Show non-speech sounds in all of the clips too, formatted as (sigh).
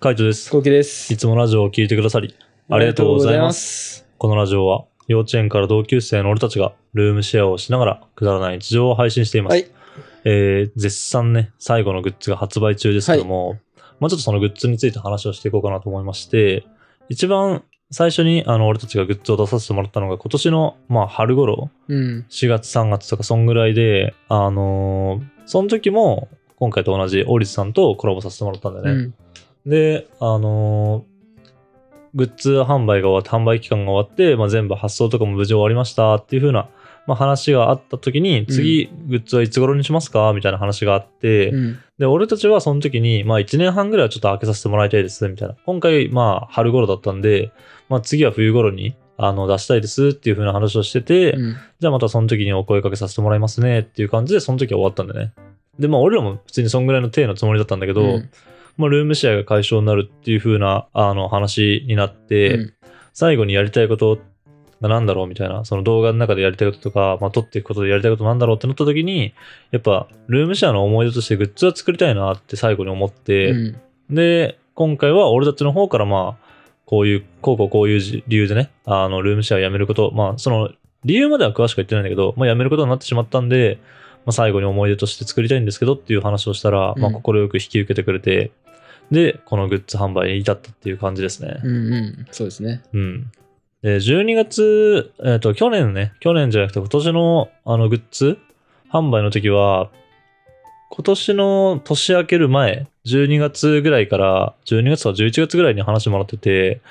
カイトです。コウキでいす。つもラジオを聞いてくださり、ありがとうございます。す。このラジオは、幼稚園から同級生の俺たちが、ルームシェアをしながら、くだらない日常を配信しています。はいえー、絶賛ね、最後のグッズが発売中ですけども、まあちょっとそのグッズについて話をしていこうかなと思いまして、一番最初に、あの、俺たちがグッズを出させてもらったのが、今年の、まあ春頃、うん。 4月3月とかそんぐらいであのーその時も今回と同じオリスさんとコラボさせてもらったんだうよね、ん。であのーグッズ販売が終わって販売期間が終わって、まあ、全部発送とかも無事終わりましたっていう風な、まあ、話があった時に次グッズはいつ頃にしますかみたいな話があって、うん。で俺たちはその時にまあ1年半ぐらいはちょっと開けさせてもらいたいですみたいな今回まあ春頃だったんで、まあ、次は冬頃にあの出したいですっていう風な話をしてて、うんじゃあまたその時にお声かけさせてもらいますねっていう感じで、その時は終わったんだよね。で、まあ俺らも普通にそんぐらいの体のつもりだったんだけど、うんまあルームシェアが解消になるっていう風なあの話になって、うん最後にやりたいことが何だろうみたいな、その動画の中でやりたいこととか、まあ撮っていくことでやりたいことなんだろうってなった時に、やっぱルームシェアの思い出としてグッズは作りたいなって最後に思って、うんで、今回は俺たちの方からまあ、こういう、こうこうこういうじ理由でね、あの、ルームシェアをやめること、まあ、その、理由までは詳しくは言ってないんだけど、まあ、やめることになってしまったんで、まあ、最後に思い出として作りたいんですけどっていう話をしたら、まあ、うん快く引き受けてくれて、で、このグッズ販売に至ったっていう感じですね。うんうん。そうですね。うん。で、12月、えっ、と、去年ね、去年じゃなくて今年のあのグッズ販売の時は、今年の年明ける前、12月ぐらいから、12月か11月ぐらいに話もらってて、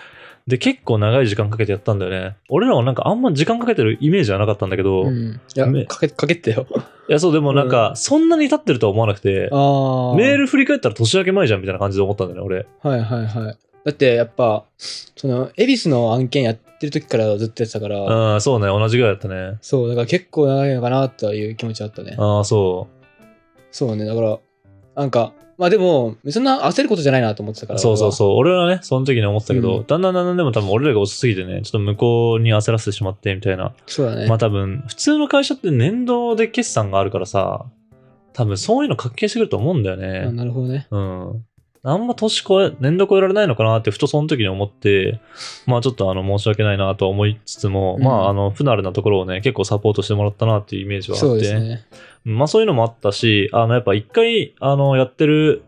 で、結構長い時間かけてやったんだよね。俺らはなんかあんま時間かけてるイメージはなかったんだけど、ういん。いやめ、かけ、かけてよ。や、そう、でもなんか、そんなに経ってるとは思わなくて、ああ。メール振り返ったら年明け前じゃんみたいな感じで思ったんだよね、俺。はいはいはい。だって、やっぱ、その、恵比寿の案件やってる時からずっとやってたから、うん、そうね、同じぐらいだったね。そう、だから結構長いのかなという気持ちあったね。ああ、そそうね、だから、なんか、まあでも、そんな焦ることじゃないなと思ってたから。そうそうそう。俺はね、その時に思ってたけど、うんだんだんだんだんでも多分俺らが遅すぎてね、ちょっと向こうに焦らせてしまってみたいな。う。そうだね。まあ多分、普通の会社って年度で決算があるからさ、多分そういうの関係してくると思うんだよあね。なるほどね。うん。あんま年越え、年度超えられないのかなってふとその時に思って、まあちょっとあの申し訳ないなとは思いつつも、うんまああの不慣れなところをね、結構サポートしてもらったなっていうイメージはあって。そうですね。まあそういうのもあったし、あのやっぱ一回あのやってる、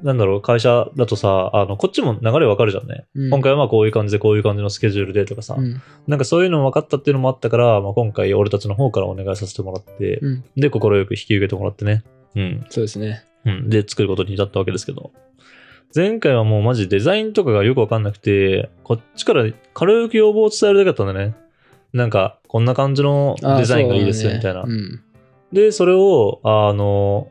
なんだろう、会社だとさ、あのこっちも流れわかるじゃんね。うん今回はまあこういう感じでこういう感じのスケジュールでとかさ、うん。なんかそういうのも分かったっていうのもあったから、まあ、今回俺たちの方からお願いさせてもらって、うん。で、快く引き受けてもらってね。うん。そうですね。うん、で、作ることに至ったわけですけど。前回はもうマジデザインとかがよくわかんなくて、こっちから軽く要望を伝えるだけだったんだね。なんか、こんな感じのあーデザインがいいですそうよみただねいなう。ん。で、それを、あの、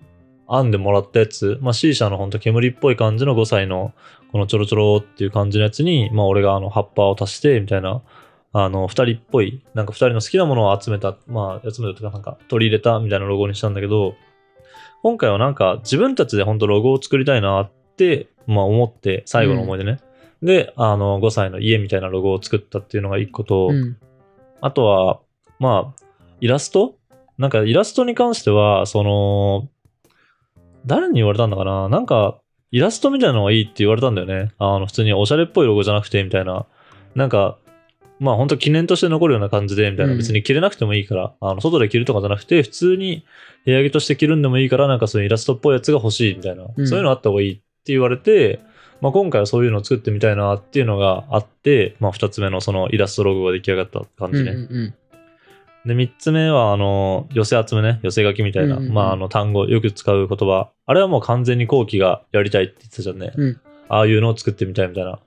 編んでもらったやつ、まあ、C 社のほんと煙っぽい感じの5歳の、このちょろちょろっていう感じのやつに、まあ、俺があの葉っぱを足して、みたいな、あの、二人っぽい、なんか二人の好きなものを集めた、まあ、集めたというか、なんか取り入れたみたいなロゴにしたんだけど、今回はなんか自分たちでほんとロゴを作りたいなって、まあ、思って、最後の思い出ね。で、あの、5歳の家みたいなロゴを作ったっていうのが一個と、うんあとは、まあ、イラストなんかイラストに関しては、その、誰に言われたんだかななんか、イラストみたいなのがいいって言われたんだよね。あの、普通におしゃれっぽいロゴじゃなくて、みたいな。なんか、まあ本当記念として残るような感じで、みたいな。うん別に着れなくてもいいから、あの、外で着るとかじゃなくて、普通に部屋着として着るんでもいいから、なんかそういうイラストっぽいやつが欲しい、みたいな。うんそういうのあった方がいいって言われて、まあ、今回はそういうのを作ってみたいなっていうのがあって、まあ、2つ目のそのイラストロゴが出来上がった感じね。うんうんで、3つ目は、あの、寄せ集めね、寄せ書きみたいな、うんうんうんまあ、あの、単語、よく使う言葉。あれはもう完全に後期がやりたいって言ってたじゃんね。うんああいうのを作ってみたいみたいな。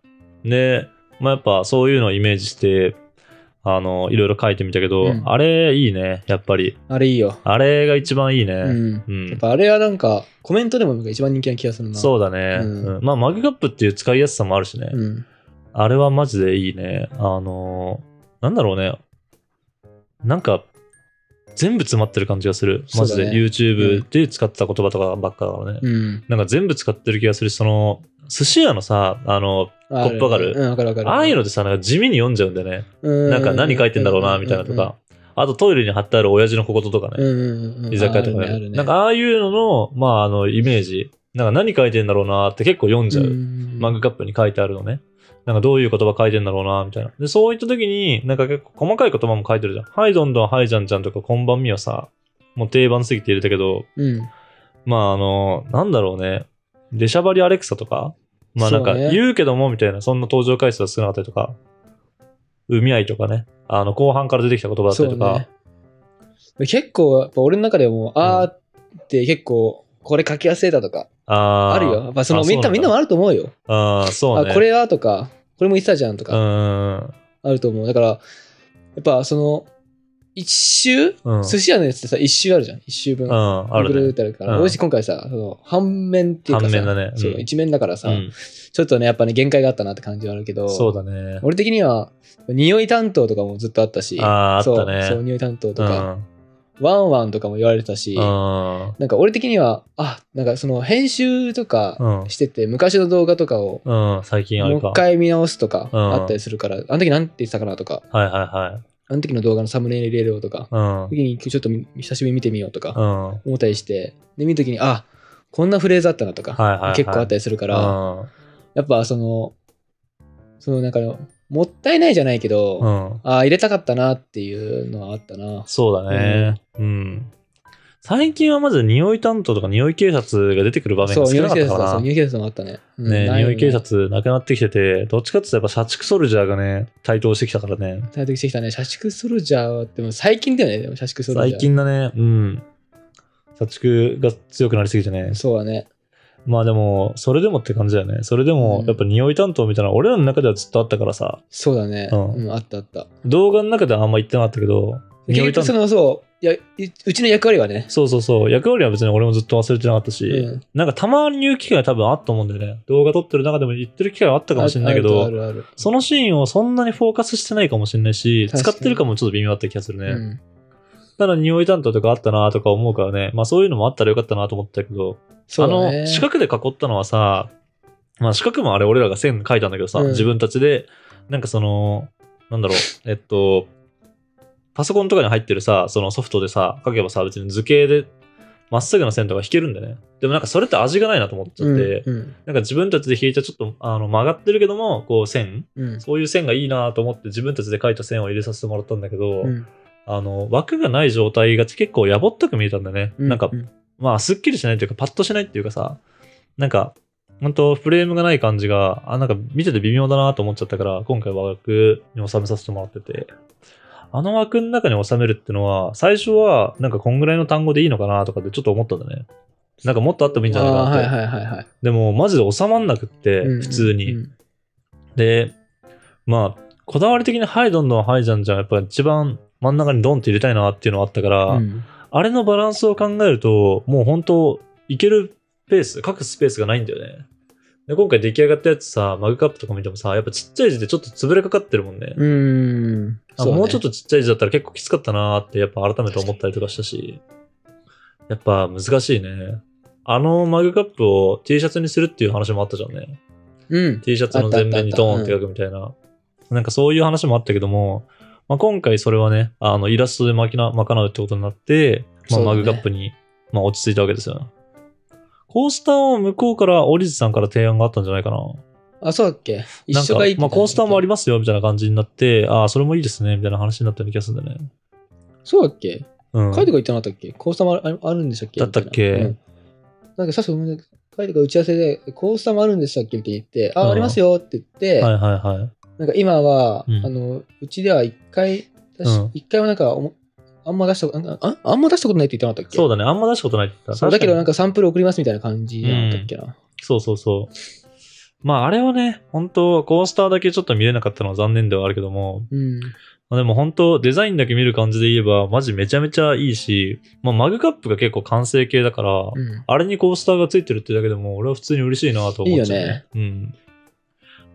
で、まあ、やっぱそういうのをイメージして、あの、いろいろ書いてみたけど、うんあれいいね、やっぱり。うん、あれいいよ、あれが一番いいね。うん、うんやっぱあれはなんかコメントでも一番人気な気がするなそうだね、うんうんまあ、マグカップっていう使いやすさもあるしね。うん、あれはマジでいいね。あのーなんだろうね。なんか、全部詰まってる感じがする。マジそうでだね YouTube で使ってた言葉とかばっかだからね。うん、なんか全部使ってる気がするし、その、寿司屋のさ、あの、あコップわかるうんわかるわかるああいうのでさ、なんか地味に読んじゃうんだよね。のなんか何書いてんだろうな、みたいなとか。あとトイレに貼ってある親父の小言とかうね。んうんうんうんうんうんうん居酒屋とかあるねあね。るねなんかああいうのの、まあ、あの、イメージなんか何書いてんだろうなって結構読んじゃう。マググカップに書いてあるのね。なんかどういう言葉書いてんだろうなみたいな。で、そういった時に、なんか結構細かい言葉も書いてるじゃん。はいどんどん、はいじゃんじゃんとか、こんばんみはさ、もう定番すぎて入れたけど、うん。まああの、なんだろうね。出しゃばりアレクサとか、まあなんかそうね言うけどもみたいな、そんな登場回数は少なかったりとか、海合いとかね、あの後半から出てきた言葉だったそりとうか、ね。結構、やっぱ俺の中でも、あーって結構、これ書き忘れたとか、あーあるよ。やっぱその、あみんな、みんなもあると思うよ。ああ、そうね。あ、これはとか、これも言ってたじゃんとうか、ん。あると思う。だから、やっぱその、一周うん。寿司屋のやつってさ、一周あるじゃん。一周分。う、ん、あぐるーるっね。てあるから。うん俺し今回さ、その半面っていうかさ、半面だねうんそう一面だからさ、うん、ちょっとね、やっぱね、限界があったなって感じはあるけど、そうだね。俺的には、匂い担当とかもずっとあったし、あーあったねそう、そう匂い担当とうか、ん。ワンワンとかも言われてたし、うん。なんか俺的には、あ、なんかその編集とかうんしてて、昔の動画とかをうん、最近あもうれか。一回見直すとかうんあったりするから、あの時なんて言ってたかなとか、はいはあの時の動画のサムネイル入れようとか、いは時にちょっと久しぶりに見てみようい。とうかん。うん。思ったりして、で、見る時に、あ、こんなフレーズあったなとはいはいはかい、結構あったりするから、うんやっぱその、そのなんかの、もったいないじゃないけど、うん。ああ、入れたかったなっていうのはあったな。そうだね。うん。最近はまず匂い担当とか匂い警察が出てくる場面そう、が少入な院かっ警た察だ、そかう、入院警察もあったね。うんら。ね、ないよ匂い警察なくなってきてて、どっちかって言ったらやっぱ社畜ソルジャーがね、台頭してきたからね。対的してきたね。社畜ソルジャーは、でも最近だよね、でも社畜ソルジャー。最。近だね。うん。社畜が強くなりすぎてね。そうだね。まあでも、それでもって感じだよね。それでうもん、やっぱ匂い担当みたいな、俺らの中ではずっとあったからさ、そうだね。ううんん、あったあった。動画の中ではあんま言ってなかったけど、匂結い担局、そ当。の、そう、いや、いうちの役割はね。そうそうそう、役割は別に俺もずっと忘れてなかったし、うんなんかたまに言う機会は多分あったと思うんだよね。動画撮ってる中でも言ってる機会はあったかもしれないけああど、るあるそのシーンをそんなにフォーカスしてないかもしれないし、確使かにってるかもちょっと微妙だった気がするあね。る。うんただ匂い担当とかあったなとか思うからね、まあそういうのもあったらよかったなと思ったけど、そうだあのね。四角で囲ったのはさ、まあ、四角もあれ俺らが線書いたんだけどさ、うん自分たちでなんかそのなんだろうえっとパソコンとかに入ってるさそのソフトでさ書けばさ別に図形でまっすぐの線とか引けるんだよねでもなんかそれって味がないなと思っちゃって、うんうんなんか自分たちで引いたちょっとあの曲がってるけどもこう線うんそういう線がいいなと思って自分たちで書いた線を入れさせてもらったんだけど、うんあの枠がない状態が結構やぼったく見えたんだよね、うんなんかうんまあ、すっきりしないというか、パッとしないっていうかさ、なんか、ほんと、フレームがない感じが、あ、なんか見てて微妙だなと思っちゃったから、今回枠に収めさせてもらってて、あの枠の中に収めるってのは、最初は、なんかこんぐらいの単語でいいのかなとかってちょっと思ったんだね。なんかもっとあってもいいんじゃあないかあなっー、て。はいはいはいはい。でも、マジで収まんなくって、うん普通に。うんで、まあ、こだわり的に、はい、どんどん、はい、じゃんじゃん、やっぱ一番真ん中にドンって入れたいなっていうのはあったから、うんあれのバランスを考えると、もう本当、いけるペース、書くスペースがないんだよね。で、今回出来上がったやつさ、マグカップとか見てもさ、やっぱちっちゃい字でちょっと潰れかかってるもんね。うん。あそだねもうちょっとちっちゃい字だったら結構きつかったなーって、やっぱ改めて思ったりとかしたし、やっぱ難しいね。あのマグカップを T シャツにするっていう話もあったじゃんね。うん。 T シャツの前面にドーンって書くみたいな。なんかそういう話もあったけども、まあ、今回それはね、あのイラストでまきな賄うってことになって、まあ、そうだマねグカップに、まあ、落ち着いたわけですよ。コースターを向こうから、オリズさんから提案があったんじゃないかな。あ、そうだっけ一なんか緒がいいってまあ、コースターもありまますよ、みたいな感じになって、ああ、それもいいですね、みたいな話になったような気がするんだよね。そうだっけうん。カイトが言ってなかったっけコースターもあるあるんでしたっけだったっけみいなうんなんかさっきごめんねカイトが打ち合わせで、コースターもあるんでしたっけって言って、うあ、んありますよって言って、はいはいはい。なんか今は、うんあの、うちでは一回出し、うん一回はなんかおも、あんま出したこと、あああんま出したことないって言ってなかったっけそうだだね、あんま出したことないって言ったそうだけどなんかかサンプル送りますみたいな感じじゃなかったっけな。にそうそうそう。まあ、あれはね、本当コースターだけちょっと見れなかったのは残念ではあるけども、うん。まあ、でも本当デザインだけ見る感じで言えばマジめちゃめちゃいいし、まあ、マグカップが結構完成形だから、うん。あれにコースターがついてるってだけでも俺は普通に嬉しいなと思っちゃう、いいよねうん、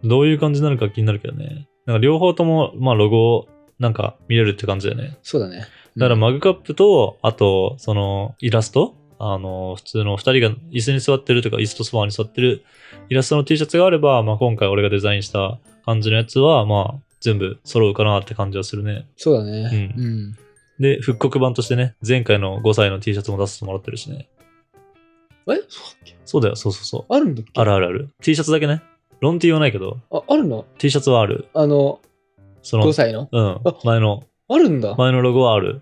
どういう感じになるか気になるけどねなんか両方とも、まあ、ロゴなんか見れるって感じだよねそうだね。だからうんマグカップとあとそのイラストあの普通の2人が椅子に座ってるとか椅子とソファーに座ってるイラストの T シャツがあれば、まあ、今回俺がデザインした感じのやつは、まあ、全部揃うかなって感じはするね。そうだね。ううん。で、復刻版としてね、前回の5歳の T シャツも出させてもらってるしね。えそうだっけそうだよ、そうそうそう。あるんだっけあるあるある。T シャツだけね。ロン T はないけど、ああるの T シャツはある。あの、その5、歳の。うん、前の、あるんだ。前のロゴはある。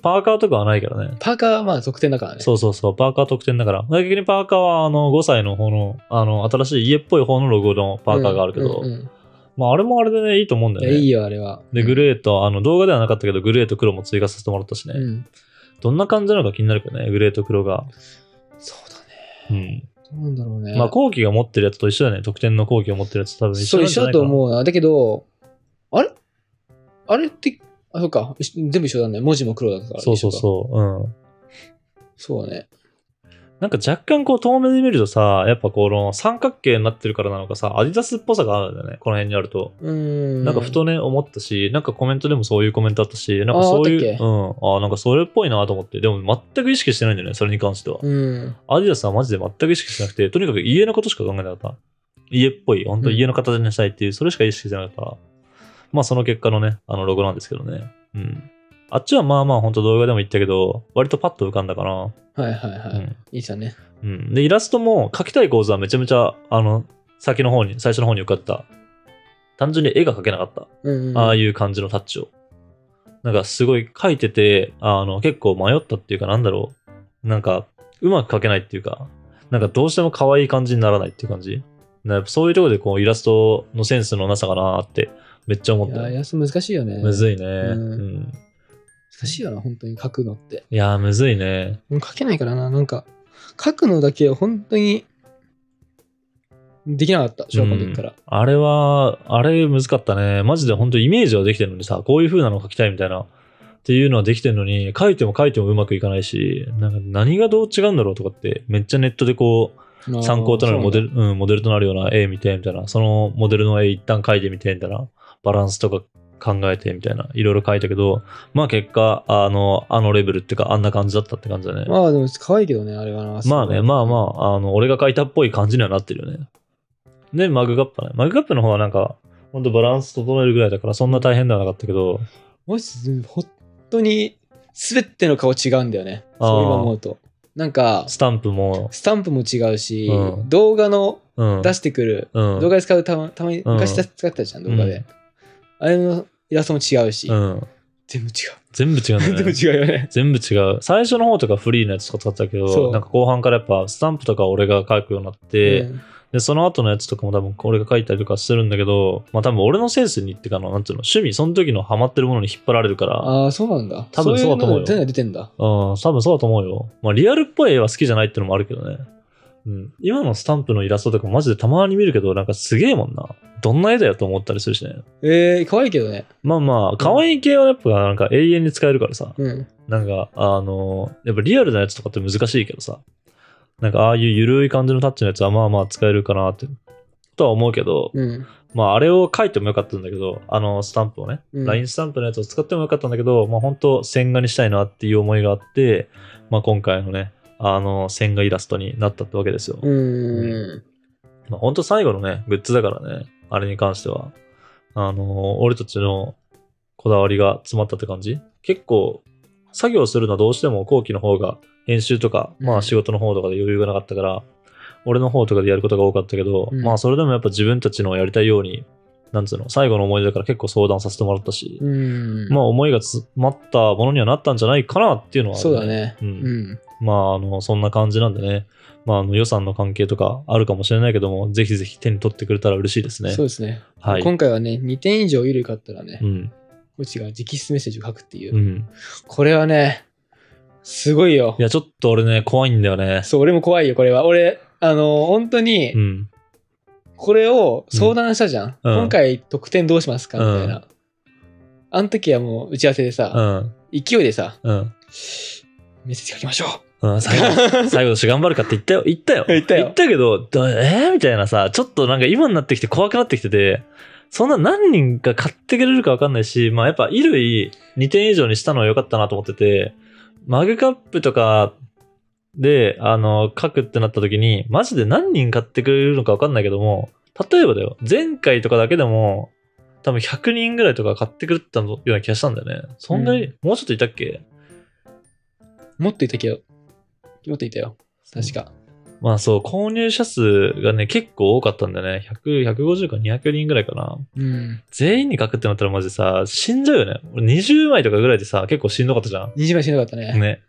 パーカーとかはないからね。パーカーはまあ特典だからね。そうそうそう、パーカー特典だから。逆にパーカーはあの5歳の方の、あの、新しい家っぽい方のロゴのパーカーがあるけど、うんうんまああれもあれでね、いいと思うんうんだいよやね。いいよ、あれは。で、グレーと、あの、動画ではなかったけど、グレーと黒も追加させてもらったしね。うん。どんな感じなのか気になるけどね、グレーと黒が。そうだね。うん。どうなんだろうね。まあ、後期が持ってるやつと一緒だね。特典の後期を持ってるやつと多分一緒そう、なん一じゃ緒ないだかとな。う。思うな。だけど、あれあれって、あ、そっか。一緒全部一緒だね。文字も黒だから。そうそう一緒かそう。うん。そうだね。なんか若干こう遠目で見るとさ、やっぱこの三角形になってるからなのかさ、アディダスっぽさがあるんだよね。この辺にあると。うーん。なんかふとね、思ったし、なんかコメントでもそういうコメントあったし、なんかあそういあったっう、けうん、ああ、なんかそれっぽいなと思って、でも全く意識してないんだよね、それに関しては。うん。アディダスはマジで全く意識してなくて、とにかく家のことしか考えなかった。家っぽい、本当家の形にしたいっていう、それしか意識してなかった。まあその結果のね、あのロゴなんですけどね。うん。あっちはまあまあ本当動画でも言ったけど、割とパッと浮かんだかな。はいはいはい。うんいいさね。うん、でイラストも描きたい構図はめちゃめちゃあの先の方に最初の方に受かった単純に絵が描けなかった、うん、うん。ああう。いう感じのタッチをなんかすごい描いててあの結構迷ったっていうかなんだろうなんかうまく描けないっていうかなんかどうしても可愛い感じにならないっていう感じなそういうところでこうイラストのセンスのなさかなーってめっちゃ思っいたや、安難しいよね。むずいね、うんうん難しいよな、本当に書くのって。いやーむずいねもう書けないからな、なんか、書くのだけは本当に、できなかった、小学校の時から。あれは、あれ難かったね。マジで本当イメージはできてるのにさ、こういう風なの描きたいみたいな、っていうのはできてるのに、書いても書いてもうまくいかないし、なんか何がどう違うんだろうとかって、めっちゃネットでこまう、あ参考となるモデル。ル、うん、モデルとなるような絵見て、みたいな、そのモデルの絵一旦描いてみて、みたいな、バランスとか考えて、みたいな、いろいろ書いたけど、まあ結果、あの、あのレベルっていうか、あんな感じだったって感じだね。まあでも、可愛いけどね、あれはな。まあね、まああ。まあ、あの、俺が書いたっぽい感じにはなってるよね。で、マグカップね。マグカップの方はなんか、ほんとバランス整えるぐらいだから、そんな大変ではなかったけど、マジで、本当に、すべての顔違うんだよね。あーそう今思うと。なんか、スタンプも、スタンプも違うし、うん動画のうん。出してくる、うん。動画で使うたま、たまに、うん昔使ってたじゃん、動画で。うんあれのイラストも違うし、うん。全部違全部違うんう。だ全よね。部違うよね。全部違う。最初の方とかフリーのやつとか使ってたけそど、うなんか後半からやっぱスタンプとか俺が書くようになって、うんで、その後のやつとかも多分俺が書いたりとかするんだけど、まあ多分俺のセンスにってかの、なんていうの、趣味、その時のハマってるものに引っ張られるから、ああ、そうなんだ。多分そうだと思うよそういうのが出てんだ。うん、多分そうだと思うよ。まあ、リアルっぽい絵は好きじゃないってのもあるけどね。うん。今のスタンプのイラストとかマジでたまに見るけど、なんかすげえもんな。どんな絵だよと思ったりするしね。ええー、可愛いけどね。まあまあ、可愛い系はやっぱなんか永遠に使えるからさ。うん。なんか、あの、やっぱリアルなやつとかって難しいけどさ。なんかああいうゆるい感じのタッチのやつはまあまあ使えるかなって、とは思うけど、うん。まああれを書いてもよかったんだけど、あのスタンプをね、うん LINE スタンプのやつを使ってもよかったんだけど、まあ本当線画にしたいなっていう思いがあって、まあ今回のね、あの線画イラストになったってわけですよ。うん。まあ本当最後のね、グッズだからね、あれに関しては。あの、俺たちのこだわりが詰まったって感じ結構、作業するのはどうしても後期の方が編集とか、うんまあ仕事の方とかで余裕がなかったから、俺の方とかでやることが多かったけど、うんまあそれでもやっぱ自分たちのやりたいように、なんつうの、最後の思い出だから結構相談させてもらったし、うん。まあ思いが詰まったものにはなったんじゃないかなっていうのはあるそうだね。ううんん。まあ、あの、そんな感じなんでね。まあ、あの予算の関係とかあるかもしれないけども、ぜひぜひ手に取ってくれたら嬉しいですね。そうですね。はい。今回はね、2点以上緩かったらねう、ん。うちが直筆メッセージを書くっていう。うん。これはね、すごいよい。や、ちょっと俺ね、怖いんだよね。そう、俺も怖いよ、これは。俺、あの、本当にう、ん。これを相談したじゃん。うん今回、得点どうしますかみうんたいな。あの時はもう、打ち合わせでうさ、ん。勢いでさ、うん。メッセージ書きましょ (laughs) うん、最後、う最後だし頑張るかって言ったよ。言ったよ。言ったよけど、どえー、みたいなさ、ちょっとなんか今になってきて怖くなってきてて、そんな何人か買ってくれるか分かんないし、まあやっぱ衣類2点以上にしたのは良かったなと思ってて、マグカップとかで、あの、書くってなった時に、マジで何人買ってくれるのか分かんないけども、例えばだよ、前回とかだけでも、多分100人ぐらいとか買ってくれてたような気がしたんだよね。そんなに、もうちょっといたっけもっといたけど、もっといたよ。確か。まあそう、購入者数がね、結構多かったんだよね。100、150か200人ぐらいかな。うん。全員に書くってなったらマジでさ、死んじゃうよね。俺20枚とかぐらいでさ、結構しんどかったじゃん。 20枚しなかったね。ね。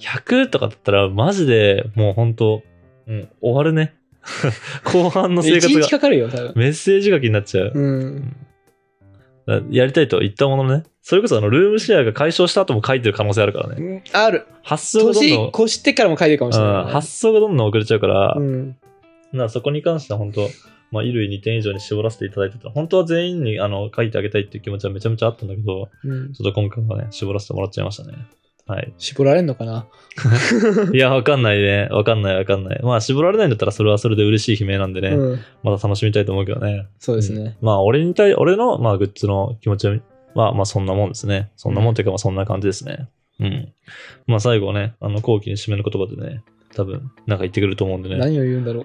100とかだったら、マジでもう本当、うん、終わるね。 (laughs) 後半の生活1が日かかるよ、多分。メッセージ書きになっちゃう。うん。だやりたいと言ったもののね。それこそあのルームシェアが解消した後も書いてる可能性あるからね。ある。発想がどんど年ん、越してからも書いてるかもしれうんない。発想がどんどん遅れちゃうから、うん。なそこに関しては本当、まあ、衣類2点以上に絞らせていただいてた。本当は全員にあの書いてあげたいっていう気持ちはめちゃめちゃあったんだけど、うんちょっと今回はね、絞らせてもらっちゃいましたね。 (laughs) はい。絞られんのかないや、わかんないね。わかんないわかんない。まあ、絞られないんだったらそれはそれで嬉しい悲鳴なんでね、うん。また楽しみたいと思うけどね。そうですね。うんまあ、俺に対、俺の、まあ、グッズの気持ちは、まあ、そんなもんですね。そんなもんっていうか、まあ、そんな感じですね。うん。まあ、最後ね、あの、後期に締める言葉でね、多分、なんか言ってくると思うんでね。何を言うんだろう。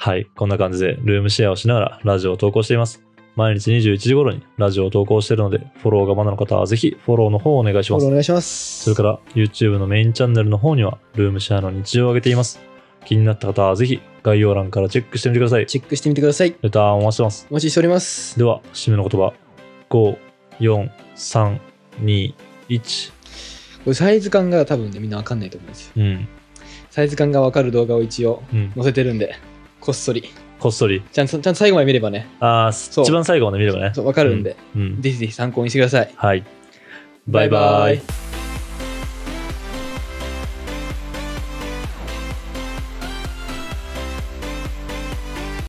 はい、こんな感じでルームシェアをしながらラジオを投稿しています。毎日21時頃にラジオを投稿しているので、フォローがまだの方はぜひフォローの方をお願いしフまォローすお。願いします。それから YouTube のメインチャンネルの方にはルームシェアの日常を上げています。気になった方はぜひ概要欄からチェックしてみてください。チェックしてみてください。レターをお待ちしてます。お待ちしております。では、締めの言葉。5、4、3、2、1。これサイズ感が多分ね、みんなわかんないと思うんですよ。うん、サイズ感がわかる動画を一応うん。載せてるんで、こっそり。こっそり。ちゃんちゃんと最後まで見ればね、ああ、う一番最後まで見ればねそ。うわかるんで、うん。ぜひぜひ参考にしてください。はい。バイバイ。イ。